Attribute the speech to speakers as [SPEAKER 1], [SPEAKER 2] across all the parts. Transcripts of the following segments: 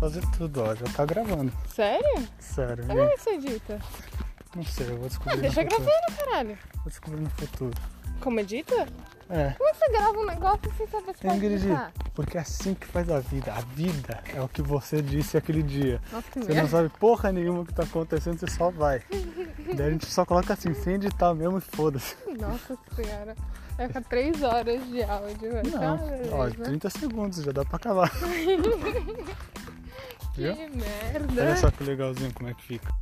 [SPEAKER 1] fazer tudo, ó. Já tá gravando.
[SPEAKER 2] Sério?
[SPEAKER 1] Sério,
[SPEAKER 2] Como é
[SPEAKER 1] gente.
[SPEAKER 2] que você edita?
[SPEAKER 1] Não sei, eu vou
[SPEAKER 2] Ah,
[SPEAKER 1] descobrir.
[SPEAKER 2] deixa
[SPEAKER 1] no futuro.
[SPEAKER 2] gravando, caralho.
[SPEAKER 1] Vou descobrir no futuro.
[SPEAKER 2] Como edita?
[SPEAKER 1] É.
[SPEAKER 2] Como é que você grava um negócio sem saber se pode
[SPEAKER 1] Ingrid,
[SPEAKER 2] editar?
[SPEAKER 1] porque é assim que faz a vida. A vida é o que você disse aquele dia.
[SPEAKER 2] Nossa, que
[SPEAKER 1] Você não
[SPEAKER 2] merda.
[SPEAKER 1] sabe porra nenhuma o que tá acontecendo, você só vai. Daí a gente só coloca assim, sem editar mesmo e foda-se.
[SPEAKER 2] Nossa senhora. Vai ficar três horas de áudio, velho.
[SPEAKER 1] Não,
[SPEAKER 2] Caralho,
[SPEAKER 1] ó,
[SPEAKER 2] né?
[SPEAKER 1] 30 segundos, já dá pra acabar. Viu?
[SPEAKER 2] Que merda.
[SPEAKER 1] Olha só que legalzinho como é que fica.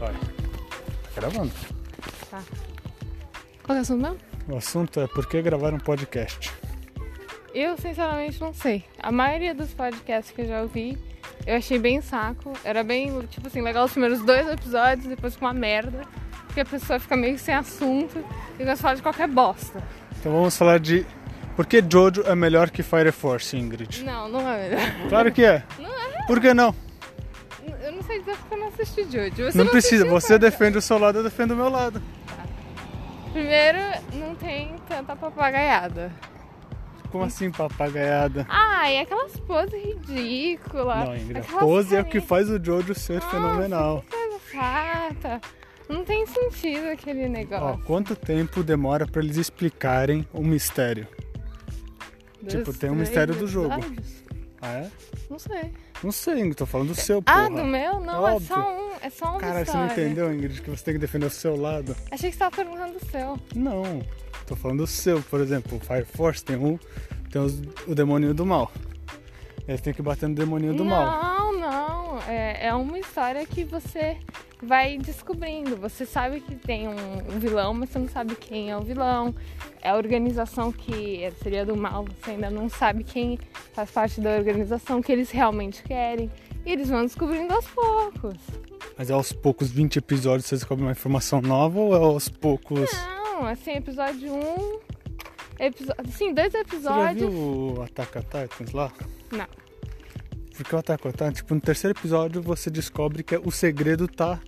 [SPEAKER 1] Olha, tá gravando.
[SPEAKER 2] Tá. Qual é o assunto mesmo?
[SPEAKER 1] O assunto é por que gravar um podcast.
[SPEAKER 2] Eu, sinceramente, não sei. A maioria dos podcasts que eu já ouvi, eu achei bem saco. Era bem, tipo assim, legal os primeiros dois episódios, depois com uma merda. Porque a pessoa fica meio sem assunto e começa a falar de qualquer bosta.
[SPEAKER 1] Então vamos falar de por que Jojo é melhor que Fire Force, Ingrid.
[SPEAKER 2] Não, não é melhor.
[SPEAKER 1] Claro que é.
[SPEAKER 2] Não é.
[SPEAKER 1] Por que não?
[SPEAKER 2] Eu não sei dizer porque eu não assisti Jojo. Você
[SPEAKER 1] não precisa,
[SPEAKER 2] assistiu,
[SPEAKER 1] você
[SPEAKER 2] cara.
[SPEAKER 1] defende o seu lado, eu defendo o meu lado.
[SPEAKER 2] Primeiro, não tem tanta papagaiada.
[SPEAKER 1] Como assim, papagaiada?
[SPEAKER 2] Ah, e aquelas poses ridículas.
[SPEAKER 1] Não, Ingrid, a
[SPEAKER 2] aquelas
[SPEAKER 1] pose é Ah, o que
[SPEAKER 2] carinhas-
[SPEAKER 1] faz o Jojo ser
[SPEAKER 2] Nossa,
[SPEAKER 1] fenomenal.
[SPEAKER 2] Que coisa chata. Não tem sentido aquele
[SPEAKER 1] Ó,
[SPEAKER 2] negócio.
[SPEAKER 1] quanto tempo demora pra eles explicarem o mistério? tipo,
[SPEAKER 2] Dois,
[SPEAKER 1] tem um
[SPEAKER 2] três
[SPEAKER 1] mistério do jogo.
[SPEAKER 2] episódios?
[SPEAKER 1] Ah, é?
[SPEAKER 2] Não sei.
[SPEAKER 1] Não sei, Ingrid, tô falando do seu,
[SPEAKER 2] Ah,
[SPEAKER 1] porra.
[SPEAKER 2] do meu? Não, é só um. É só um
[SPEAKER 1] Caralho, você não
[SPEAKER 2] mistério.
[SPEAKER 1] entendeu, Ingrid, que você tem que defender o seu lado?
[SPEAKER 2] Achei que você tava perguntando do seu.
[SPEAKER 1] Não, tô falando do seu, por exemplo, o Fire Force tem um, tem os- o demoninho do mal. Eles têm que bater no demoninho do
[SPEAKER 2] não,
[SPEAKER 1] mal.
[SPEAKER 2] não. É, é uma história que você vai descobrindo. Você sabe que tem um, um vilão, mas você não sabe quem é o vilão. É a organização que é- seria do mal, você ainda não sabe quem faz parte da organização, que eles realmente querem. E eles vão descobrindo aos poucos.
[SPEAKER 1] Mas é aos poucos 20 episódios você descobre uma informação nova ou é aos poucos?
[SPEAKER 2] Não, assim, episódio 1. Um, episódio, sim, dois
[SPEAKER 1] Você já
[SPEAKER 2] episódios.
[SPEAKER 1] viu o Attack on Titans lá?
[SPEAKER 2] Não.
[SPEAKER 1] Porque o Attack on Titan, tipo, no terceiro episódio você descobre que o segredo tá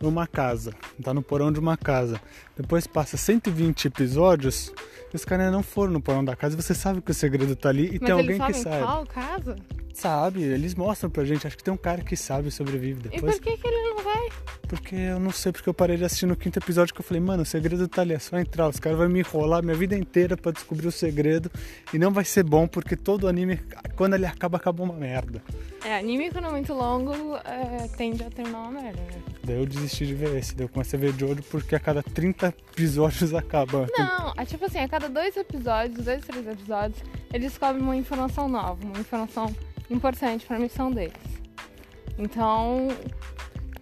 [SPEAKER 1] numa casa, tá no porão de uma casa. Depois passa 120 episódios e os caras não foram no porão da casa e você sabe que o segredo tá ali e
[SPEAKER 2] Mas
[SPEAKER 1] tem
[SPEAKER 2] eles
[SPEAKER 1] alguém que
[SPEAKER 2] sabem
[SPEAKER 1] sabe.
[SPEAKER 2] qual casa?
[SPEAKER 1] Sabe, eles mostram pra gente, acho que tem um cara que sabe e sobrevive
[SPEAKER 2] E
[SPEAKER 1] depois.
[SPEAKER 2] por que, que ele não vai?
[SPEAKER 1] Porque eu não sei, porque eu parei de assistir no quinto episódio que eu falei, mano, o segredo tá ali, é só entrar, os caras vão me enrolar minha vida inteira pra descobrir o segredo e não vai ser bom, porque todo anime, quando ele acaba, acaba uma merda.
[SPEAKER 2] É, anime quando é muito longo é, tende a terminar uma merda, né?
[SPEAKER 1] Daí eu desisti de ver esse, daí eu comecei a ver de olho porque a cada 30 episódios acaba.
[SPEAKER 2] Não, é tipo assim, a cada dois episódios, dois, três episódios, eles descobrem uma informação nova, uma informação importante pra missão deles. Então,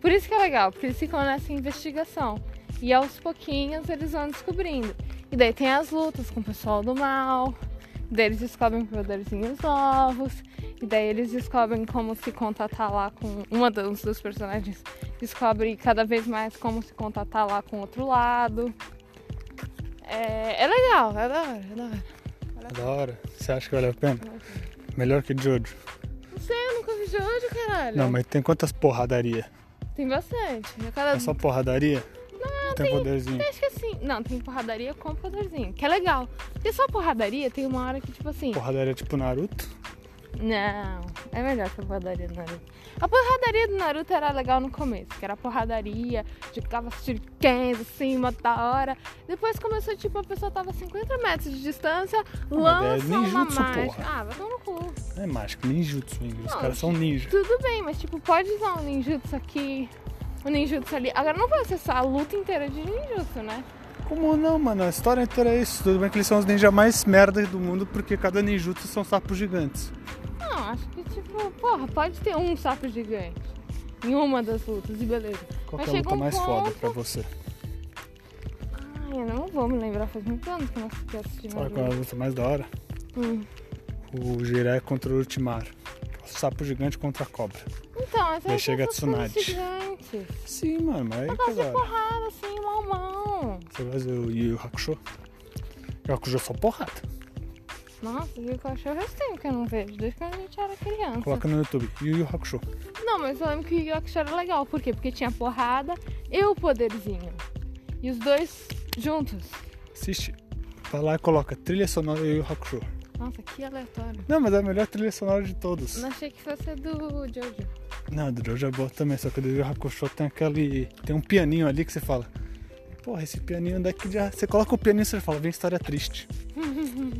[SPEAKER 2] por isso que é legal, porque eles ficam nessa investigação. E aos pouquinhos eles vão descobrindo. E daí tem as lutas com o pessoal do mal, daí eles descobrem poderzinhos novos, e daí eles descobrem como se contatar lá com. Uma dos, dos personagens descobre cada vez mais como se contatar lá com o outro lado. É, é legal, é da hora, é da hora.
[SPEAKER 1] Da hora. Você acha que vale a pena? Melhor que Jojo.
[SPEAKER 2] Não sei, eu nunca vi Jojo, caralho.
[SPEAKER 1] Não, mas tem quantas porradaria?
[SPEAKER 2] Tem bastante. A cada...
[SPEAKER 1] É só um porradaria?
[SPEAKER 2] Não,
[SPEAKER 1] Tem poderzinho.
[SPEAKER 2] Eu acho que assim. Não, tem porradaria com poderzinho, que é legal. Porque só porradaria tem uma hora que, tipo assim.
[SPEAKER 1] Porradaria tipo Naruto?
[SPEAKER 2] Não, é melhor que a porradaria do Naruto. A porradaria do Naruto era legal no começo, que era porradaria, jogava shurikens assim, uma da hora. Depois começou, tipo, a pessoa tava a 50 metros de distância,
[SPEAKER 1] mas é
[SPEAKER 2] lança uma
[SPEAKER 1] ninjutsu, porra.
[SPEAKER 2] mágica. Ah, vai tomar no cu.
[SPEAKER 1] Não é mágico, ninjutsu, Ingrid. Os
[SPEAKER 2] Não,
[SPEAKER 1] caras são ninjas.
[SPEAKER 2] Tudo bem, mas tipo, pode usar um ninjutsu aqui, um ninjutsu ali. Agora não vai acessar a luta inteira de ninjutsu, né?
[SPEAKER 1] Como não, mano? A história inteira é isso. Tudo bem que eles são os ninjas mais merda do mundo, porque cada ninjutsu são sapos gigantes.
[SPEAKER 2] Não, acho que tipo, porra, pode ter um sapo gigante em uma das lutas e beleza.
[SPEAKER 1] Qual
[SPEAKER 2] Mas
[SPEAKER 1] que é a
[SPEAKER 2] chegou
[SPEAKER 1] luta
[SPEAKER 2] um
[SPEAKER 1] mais foda
[SPEAKER 2] ponto-
[SPEAKER 1] pra você?
[SPEAKER 2] Ai, eu não vou me lembrar, faz muitos anos que eu não assisti assisti
[SPEAKER 1] Sabe qual é a
[SPEAKER 2] Naruto.
[SPEAKER 1] luta mais da hora?
[SPEAKER 2] Hum.
[SPEAKER 1] O Jiraiya contra o Ultimaru. O sapo gigante contra a cobra.
[SPEAKER 2] Então, mas
[SPEAKER 1] Daí
[SPEAKER 2] aí
[SPEAKER 1] chega
[SPEAKER 2] chega
[SPEAKER 1] a
[SPEAKER 2] essas coisas
[SPEAKER 1] Tsunade.
[SPEAKER 2] gigantes.
[SPEAKER 1] Sim, mano, mas aí
[SPEAKER 2] Eu
[SPEAKER 1] que é
[SPEAKER 2] gosto
[SPEAKER 1] da
[SPEAKER 2] de
[SPEAKER 1] hora.
[SPEAKER 2] porrada, assim, mão a mão.
[SPEAKER 1] Você vai ver o Yu Yu Hakusho? Yu Hakusho é só porrada.
[SPEAKER 2] Nossa, viu que eu achei faz tempo que eu não vejo, desde quando a gente era criança.
[SPEAKER 1] Coloca no YouTube. Yu Yu Hakusho.
[SPEAKER 2] Não, mas eu lembro que o Yakusha era legal. Por quê? Porque tinha porrada e o poderzinho. E os dois juntos.
[SPEAKER 1] Assiste. Vai lá e coloca trilha sonora e Rock Show.
[SPEAKER 2] Nossa, que aleatório.
[SPEAKER 1] Não, mas é a melhor trilha sonora de todos.
[SPEAKER 2] Não achei que fosse a do Jojo.
[SPEAKER 1] Não, do Jojo é boa também, só que o do Yu Hakusho tem aquele. Tem um pianinho ali que você fala. Porra, esse pianinho daqui já. Você coloca o pianinho e você fala, vem história triste.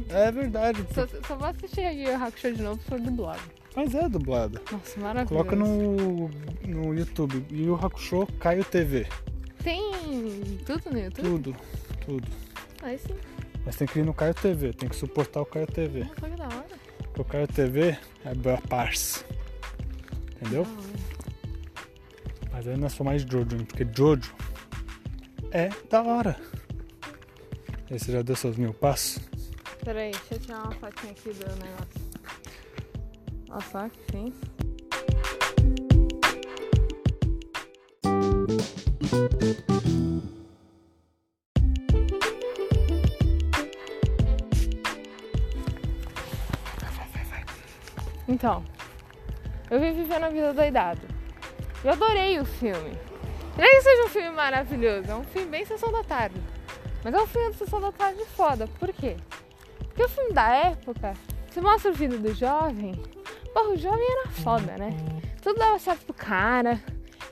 [SPEAKER 1] é verdade. pô.
[SPEAKER 2] Só, só vou assistir a Yu Yu Hakusho de novo se for dublado.
[SPEAKER 1] Mas é dublada.
[SPEAKER 2] Nossa, maravilhoso.
[SPEAKER 1] Coloca no, no YouTube. Yu Hakusho Caio TV.
[SPEAKER 2] Tem tudo no YouTube?
[SPEAKER 1] Tudo. Tudo.
[SPEAKER 2] Aí sim.
[SPEAKER 1] Mas tem que ir no Caio TV, tem que suportar o Caio TV.
[SPEAKER 2] Ah, foi da hora.
[SPEAKER 1] Porque o Caio TV é boa parça. Entendeu?
[SPEAKER 2] Da hora.
[SPEAKER 1] Mas aí não é só mais Jojo, hein? porque Jojo é da hora. E aí você já deu seus mil passos?
[SPEAKER 2] Peraí, deixa eu tirar uma fotinha aqui do negócio. Olha só que sim. Então, eu vim vivendo a vida doidado. Eu adorei o filme. Não é que seja um filme maravilhoso, é um filme bem Sessão da Tarde. Mas é um filme de Sessão da Tarde foda. Por quê? Porque o filme da época, se mostra a vida do jovem. Porra, o jovem era foda, né? Tudo dava certo pro cara.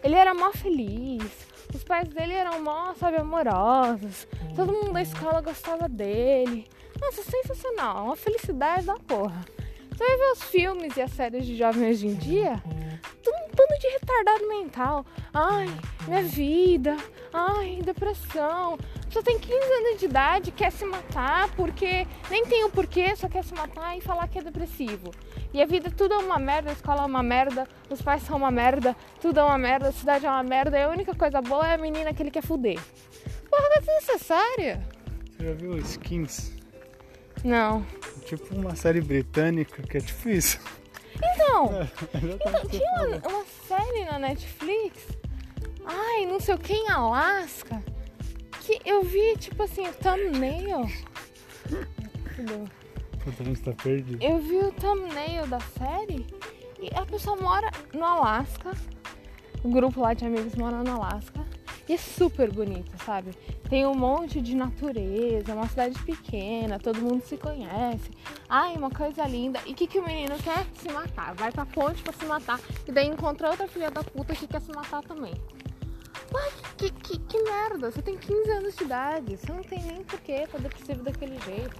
[SPEAKER 2] Ele era mó feliz. Os pais dele eram mó, sabe, amorosos. Todo mundo da escola gostava dele. Nossa, sensacional. Uma felicidade da porra. Você vai ver os filmes e as séries de jovem hoje em dia? Tudo um bando de retardado mental. Ai, minha vida. Ai, depressão. Só tem 15 anos de idade, quer se matar porque nem tem o porquê, só quer se matar e falar que é depressivo. E a vida tudo é uma merda, a escola é uma merda, os pais são uma merda, tudo é uma merda, a cidade é uma merda, e a única coisa boa é a menina que ele quer fuder. Porra, mas é necessária?
[SPEAKER 1] Você já viu Skins?
[SPEAKER 2] Não.
[SPEAKER 1] Tipo uma série britânica que é tipo isso.
[SPEAKER 2] Então,
[SPEAKER 1] Exatamente.
[SPEAKER 2] Tinha uma, uma série na Netflix, ai, não sei o que, em Alasca, que eu vi, tipo assim, o thumbnail. Entendeu?
[SPEAKER 1] Puta, a gente tá perdido.
[SPEAKER 2] Eu vi o thumbnail da série e a pessoa mora no Alasca, o grupo lá de amigos mora no Alasca, e é super bonito, sabe? Tem um monte de natureza, é uma cidade pequena, todo mundo se conhece. Ai, uma coisa linda. E o que, que o menino quer? Se matar. Vai pra ponte pra se matar. E daí encontra outra filha da puta que quer se matar também. Uai, que, que, que merda. Você tem 15 anos de idade. Você não tem nem porquê tá depressivo daquele jeito.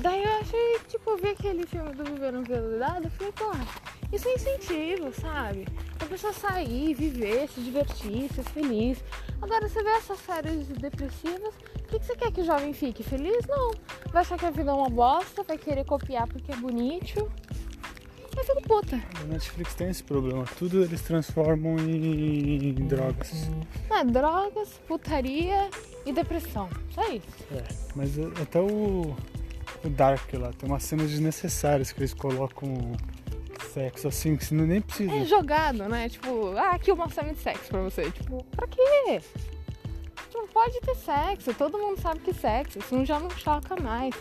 [SPEAKER 2] Daí eu achei, tipo, eu vi aquele filme do Viver um Velocidade, eu falei, porra, isso é incentivo, sabe? Pra pessoa sair, viver, se divertir, ser feliz. Agora você vê essas séries depressivas, o que, que você quer que o jovem fique? Feliz? Não. Vai achar que a vida é uma bosta, vai querer copiar porque é bonito. Eu fico puta.
[SPEAKER 1] A Netflix tem esse problema. Tudo eles transformam em drogas.
[SPEAKER 2] Ah, drogas, putaria e depressão. Só isso.
[SPEAKER 1] É, mas a- até o, o Dark lá tem umas cenas desnecessárias que eles colocam sexo assim, que você não- nem precisa.
[SPEAKER 2] É jogado, né? Tipo, ah, aqui eu mostrar muito sexo pra você. Tipo, pra quê? Tipo, pode ter sexo, todo mundo sabe que é sexo, isso já não choca mais.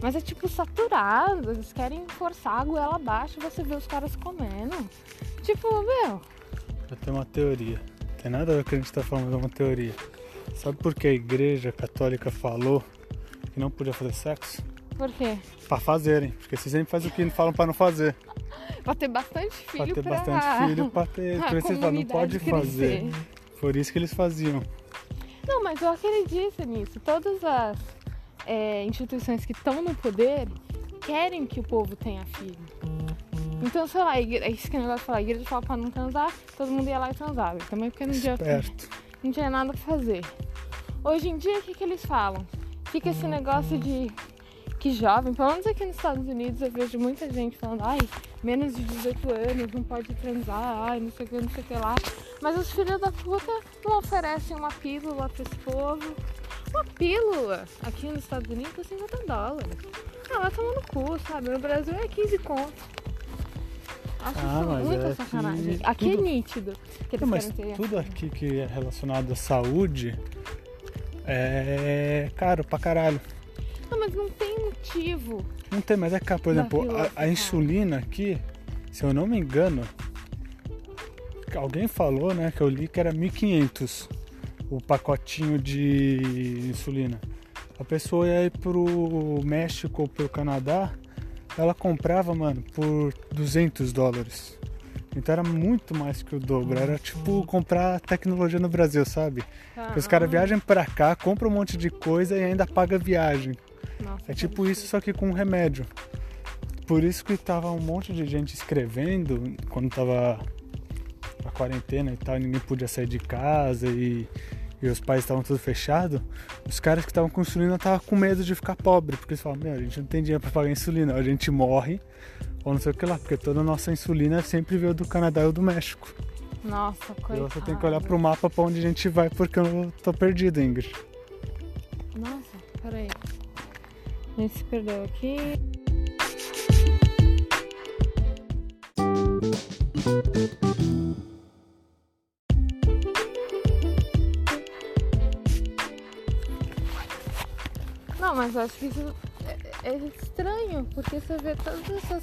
[SPEAKER 2] Mas é tipo saturado, eles querem forçar a goela abaixo e você vê os caras comendo. Tipo, meu, É.
[SPEAKER 1] Eu tenho uma teoria. Não tem nada a ver com o que a gente tá falando, é uma teoria. Sabe por que a igreja católica falou que não podia fazer sexo?
[SPEAKER 2] por quê?
[SPEAKER 1] Pra fazerem, porque vocês sempre fazem o que falam pra não fazer.
[SPEAKER 2] Pra ter bastante filho
[SPEAKER 1] Pra ter
[SPEAKER 2] pra-
[SPEAKER 1] bastante filho, pra ter.
[SPEAKER 2] a
[SPEAKER 1] Por isso eles falam, não pode
[SPEAKER 2] comunidade crescer.
[SPEAKER 1] fazer. Por isso que eles faziam.
[SPEAKER 2] Não, mas eu acredito nisso. Todas as é, instituições que estão no poder querem que o povo tenha filho. Então, sei lá, a igre- é isso que o negócio fala, a igreja fala pra não transar, todo mundo ia lá e transava. Também porque não tinha,
[SPEAKER 1] Perto.
[SPEAKER 2] não tinha nada pra fazer. Hoje em dia, o que, que eles falam? Fica esse negócio de que jovem, pelo menos aqui nos Estados Unidos, eu vejo muita gente falando, ai, menos de 18 anos, não pode transar, ai, não sei o que, não sei o que lá. Mas os filhos da puta não oferecem uma pílula pra esse povo. Uma pílula aqui nos Estados Unidos é 50 dólares. Ah, vai tomar no cu, sabe? No Brasil é 15 conto. Acho
[SPEAKER 1] Ah, mas
[SPEAKER 2] isso muita
[SPEAKER 1] é
[SPEAKER 2] sacanagem.
[SPEAKER 1] que
[SPEAKER 2] Aqui
[SPEAKER 1] tudo-
[SPEAKER 2] é nítido que eles
[SPEAKER 1] Não, mas
[SPEAKER 2] querem ter.
[SPEAKER 1] tudo aqui que é relacionado à saúde é caro pra caralho.
[SPEAKER 2] Não, mas não tem motivo.
[SPEAKER 1] Não tem, mas é caro. Por
[SPEAKER 2] Da
[SPEAKER 1] exemplo,
[SPEAKER 2] pílula,
[SPEAKER 1] a- a,
[SPEAKER 2] tá.
[SPEAKER 1] insulina aqui, se eu não me engano, alguém falou, né, que eu li que era 1.500 o pacotinho de insulina. A pessoa ia ir pro México ou pro Canadá, ela comprava, mano, por 200 dólares. Então era muito mais que o dobro. Era tipo comprar tecnologia no Brasil, sabe? Porque os
[SPEAKER 2] Ah,
[SPEAKER 1] caras viajam pra cá, compram um monte de coisa e ainda paga a viagem.
[SPEAKER 2] Nossa,
[SPEAKER 1] É
[SPEAKER 2] que
[SPEAKER 1] tipo isso, só que com um remédio. Por isso que tava um monte de gente escrevendo quando tava a quarentena e tal, ninguém podia sair de casa e, e os pais estavam tudo fechado. Os caras que estavam com insulina estavam com medo de ficar pobre, porque eles falavam, meu, a gente não tem dinheiro pra pagar insulina, ou a gente morre, ou não sei o que lá, porque toda a nossa insulina sempre veio do Canadá ou do México.
[SPEAKER 2] absurdo. Nossa,
[SPEAKER 1] E
[SPEAKER 2] coisa.
[SPEAKER 1] você tem que olhar pro mapa pra onde a gente vai, porque eu tô perdido, Ingrid.
[SPEAKER 2] Nossa, peraí. A gente se perdeu aqui. Não, mas eu acho que isso é, é estranho, porque você vê todas essas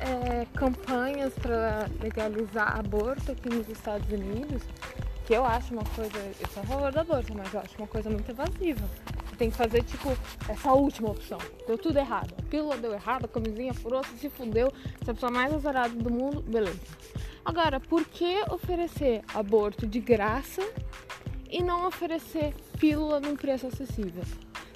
[SPEAKER 2] é, campanhas para legalizar aborto aqui nos Estados Unidos, que eu acho uma coisa, eu sou a favor do aborto, mas eu acho uma coisa muito evasiva. Você tem que fazer, tipo, essa última opção. Deu tudo errado. A pílula deu errado, a camisinha furou, você se fudeu, você é a pessoa mais azarada do mundo, beleza. Agora, por que oferecer aborto de graça e não oferecer pílula num preço acessível?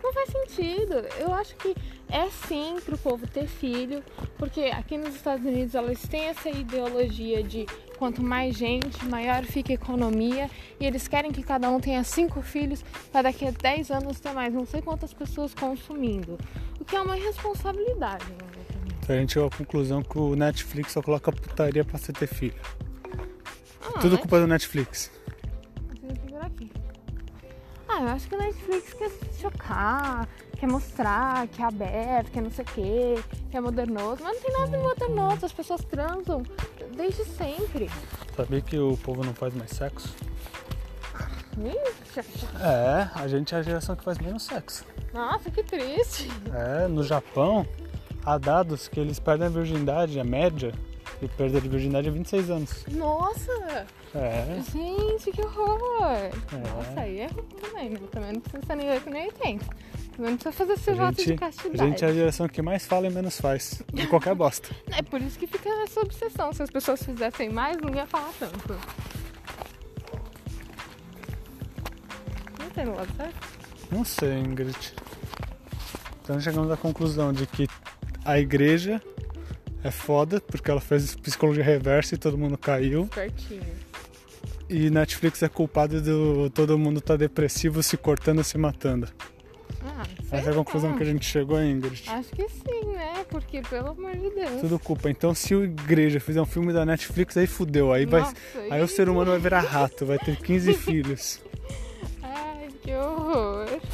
[SPEAKER 2] Não faz sentido. Eu acho que é sim pro povo ter filho, porque aqui nos Estados Unidos elas têm essa ideologia de quanto mais gente, maior fica a economia, e eles querem que cada um tenha cinco filhos para daqui a 10 anos ter mais não sei quantas pessoas consumindo. O que é uma irresponsabilidade, na minha opinião.
[SPEAKER 1] Então a gente chegou à conclusão que o Netflix só coloca putaria pra você ter filho.
[SPEAKER 2] Ah,
[SPEAKER 1] Tudo
[SPEAKER 2] né?
[SPEAKER 1] culpa do Netflix.
[SPEAKER 2] Deixa eu segurar aqui. Ah, eu acho que a Netflix quer chocar, quer mostrar que é aberto, que é não sei o quê, que é modernoso. Mas não tem nada de modernoso, as pessoas transam desde sempre.
[SPEAKER 1] Sabia que o povo não faz mais sexo?
[SPEAKER 2] Ixi,
[SPEAKER 1] É, a gente é a geração que faz menos sexo.
[SPEAKER 2] Nossa, que triste.
[SPEAKER 1] É, no Japão há dados que eles perdem a virgindade, a média, e perda de virgindade é 26 anos.
[SPEAKER 2] Nossa,
[SPEAKER 1] É,
[SPEAKER 2] gente, que horror. Nossa, aí é ruim também, né? Também não precisa ser nem 8 nem 80. Também não precisa fazer esse
[SPEAKER 1] a
[SPEAKER 2] voto de
[SPEAKER 1] gente, a
[SPEAKER 2] castidade.
[SPEAKER 1] gente é a geração que mais fala e menos faz. De qualquer bosta.
[SPEAKER 2] É por isso que fica essa obsessão. Se as pessoas fizessem mais, não ia falar tanto. Não tem lado certo?
[SPEAKER 1] Não sei, Ingrid. Então chegamos à conclusão de que a igreja é foda, porque ela fez psicologia reversa e todo mundo
[SPEAKER 2] Um
[SPEAKER 1] caiu.
[SPEAKER 2] Certinho.
[SPEAKER 1] E Netflix é culpado do todo mundo tá depressivo, se cortando, se matando.
[SPEAKER 2] Ah, sei
[SPEAKER 1] Essa é a conclusão
[SPEAKER 2] lá.
[SPEAKER 1] que a gente chegou, Ingrid.
[SPEAKER 2] Acho que sim, né? Porque, pelo amor de Deus.
[SPEAKER 1] Tudo culpa. Então, se o Igreja fizer um filme da Netflix, aí fudeu. Aí, vai,
[SPEAKER 2] Nossa,
[SPEAKER 1] aí o ser humano vai virar rato, vai ter 15 filhos.
[SPEAKER 2] Ai, é, que horror.